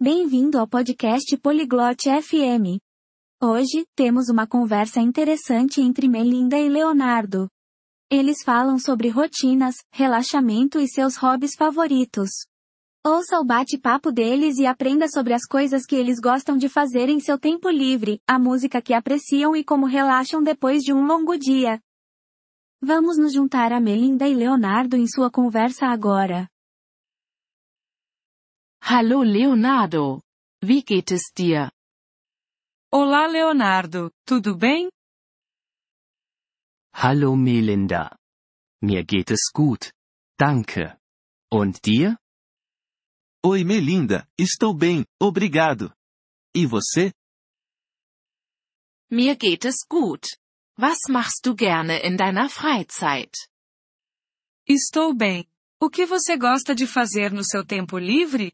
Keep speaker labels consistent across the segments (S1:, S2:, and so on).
S1: Bem-vindo ao podcast Poliglote FM. Hoje, temos uma conversa interessante entre Melinda e Leonardo. Eles falam sobre rotinas, relaxamento e seus hobbies favoritos. Ouça o bate-papo deles e aprenda sobre as coisas que eles gostam de fazer em seu tempo livre, a música que apreciam e como relaxam depois de um longo dia. Vamos nos juntar a Melinda e Leonardo em sua conversa agora.
S2: Hallo Leonardo. Wie geht es dir?
S3: Olá, Leonardo. Tudo bem?
S4: Hallo Melinda. Mir geht es gut. Danke. Und dir?
S5: Oi, Melinda. Estou bem, obrigado. E você?
S2: Mir geht es gut. Was machst du gerne in deiner Freizeit?
S3: Estou bem. O que você gosta de fazer no seu tempo livre?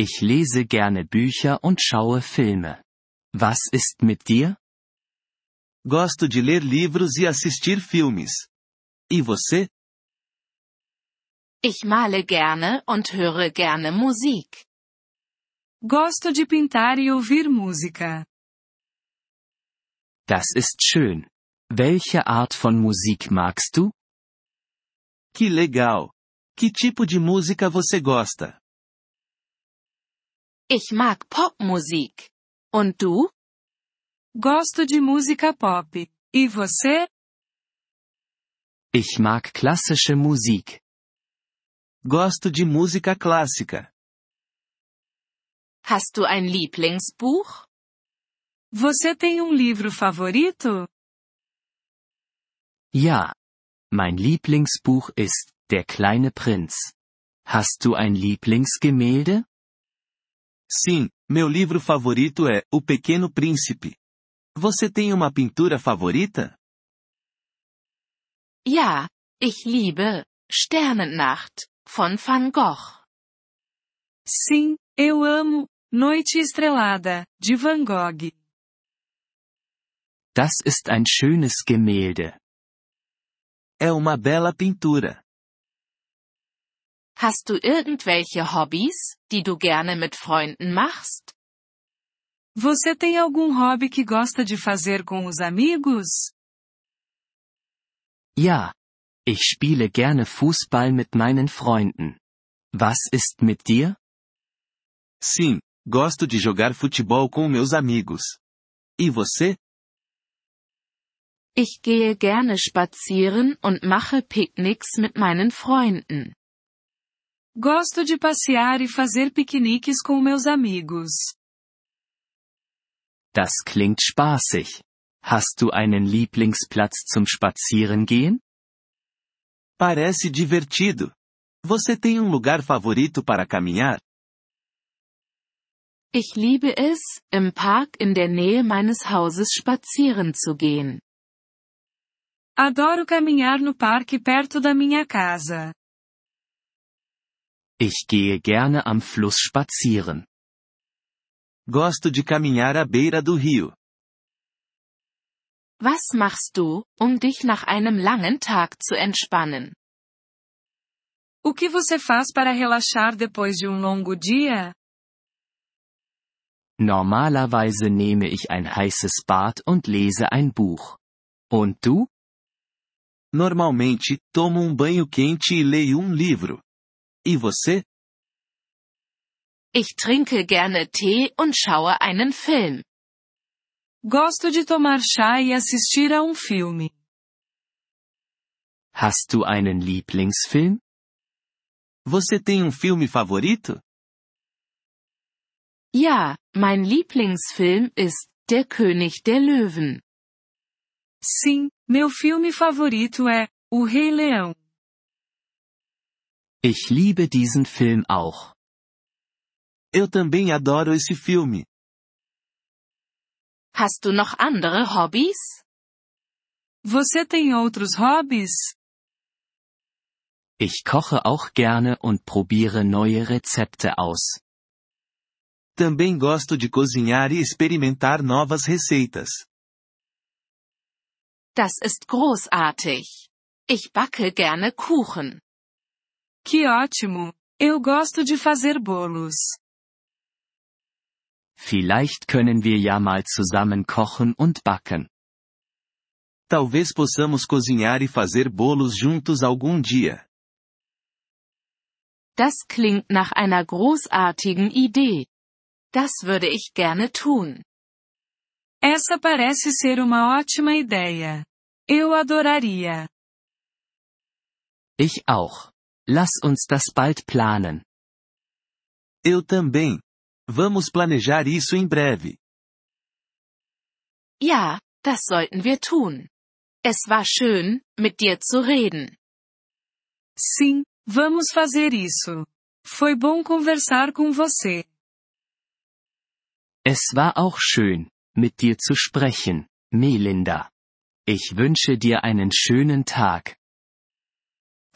S4: Ich lese gerne Bücher und schaue Filme. Was ist mit dir?
S5: Gosto de ler livros e assistir filmes. E você?
S2: Ich male gerne und höre gerne Musik.
S3: Gosto de pintar e ouvir música.
S4: Das ist schön. Welche Art von Musik magst du?
S5: Que legal! Que tipo de música você gosta?
S2: Ich mag Popmusik. Und du?
S3: Gosto de música pop. E você?
S4: Ich mag klassische Musik.
S5: Gosto de música clássica.
S2: Hast du ein Lieblingsbuch?
S3: Você tem um livro favorito?
S4: Ja. Mein Lieblingsbuch ist Der kleine Prinz. Hast du ein Lieblingsgemälde?
S5: Sim, meu livro favorito é O Pequeno Príncipe. Você tem uma pintura favorita?
S2: Ja, ich liebe Sternennacht von Van Gogh.
S3: Sim, eu amo Noite Estrelada, de Van Gogh.
S4: Das ist ein schönes Gemälde.
S5: É uma bela pintura.
S2: Hast du irgendwelche Hobbys, die du gerne mit Freunden machst?
S3: Você tem algum hobby que gosta de fazer com os amigos?
S4: Ja. Ich spiele gerne Fußball mit meinen Freunden. Was ist mit dir?
S5: Sim, gosto de jogar futebol com meus amigos. E você?
S2: Ich gehe gerne spazieren und mache Picknicks mit meinen Freunden.
S3: Gosto de passear e fazer piqueniques com meus amigos.
S4: Das klingt spaßig. Hast du einen Lieblingsplatz zum Spazierengehen?
S5: Parece divertido. Você tem um lugar favorito para caminhar?
S2: Ich liebe es, im Park in der Nähe meines Hauses spazieren zu gehen.
S3: Adoro caminhar no parque perto da minha casa.
S4: Ich gehe gerne am Fluss spazieren.
S5: Gosto de caminhar à beira do rio.
S2: Was machst du, um dich nach einem langen Tag zu entspannen?
S3: O que você faz para relaxar depois de um longo dia?
S4: Normalerweise nehme ich ein heißes Bad und lese ein Buch. Und du?
S5: Normalmente, tomo um banho quente e leio um livro. E você?
S2: Ich trinke gerne Tee und schaue einen Film.
S3: Gosto de tomar chá e assistir a um filme.
S4: Hast du einen Lieblingsfilm?
S5: Você tem um filme favorito?
S2: Ja, mein Lieblingsfilm ist Der König der Löwen.
S3: Sim, meu filme favorito é O Rei Leão.
S4: Ich liebe diesen Film auch.
S5: Eu também adoro esse filme.
S2: Hast du noch andere Hobbys?
S3: Você tem outros hobbies?
S4: Ich koche auch gerne und probiere neue Rezepte aus.
S5: Também gosto de cozinhar e experimentar novas receitas.
S2: Das ist großartig. Ich backe gerne Kuchen.
S3: Que ótimo! Eu gosto de fazer bolos.
S4: Vielleicht können wir ja mal zusammen kochen und backen.
S5: Talvez possamos cozinhar e fazer bolos juntos algum dia.
S2: Das klingt nach einer großartigen Idee. Das würde ich gerne tun.
S3: Essa parece ser uma ótima ideia. Eu adoraria.
S4: Ich auch. Lass uns das bald planen.
S5: Eu também. Vamos planejar isso em breve.
S2: Ja, das sollten wir tun. Es war schön, mit dir zu reden.
S3: Sim, vamos fazer isso. Foi bom conversar com você.
S4: Es war auch schön, mit dir zu sprechen, Melinda. Ich wünsche dir einen schönen Tag.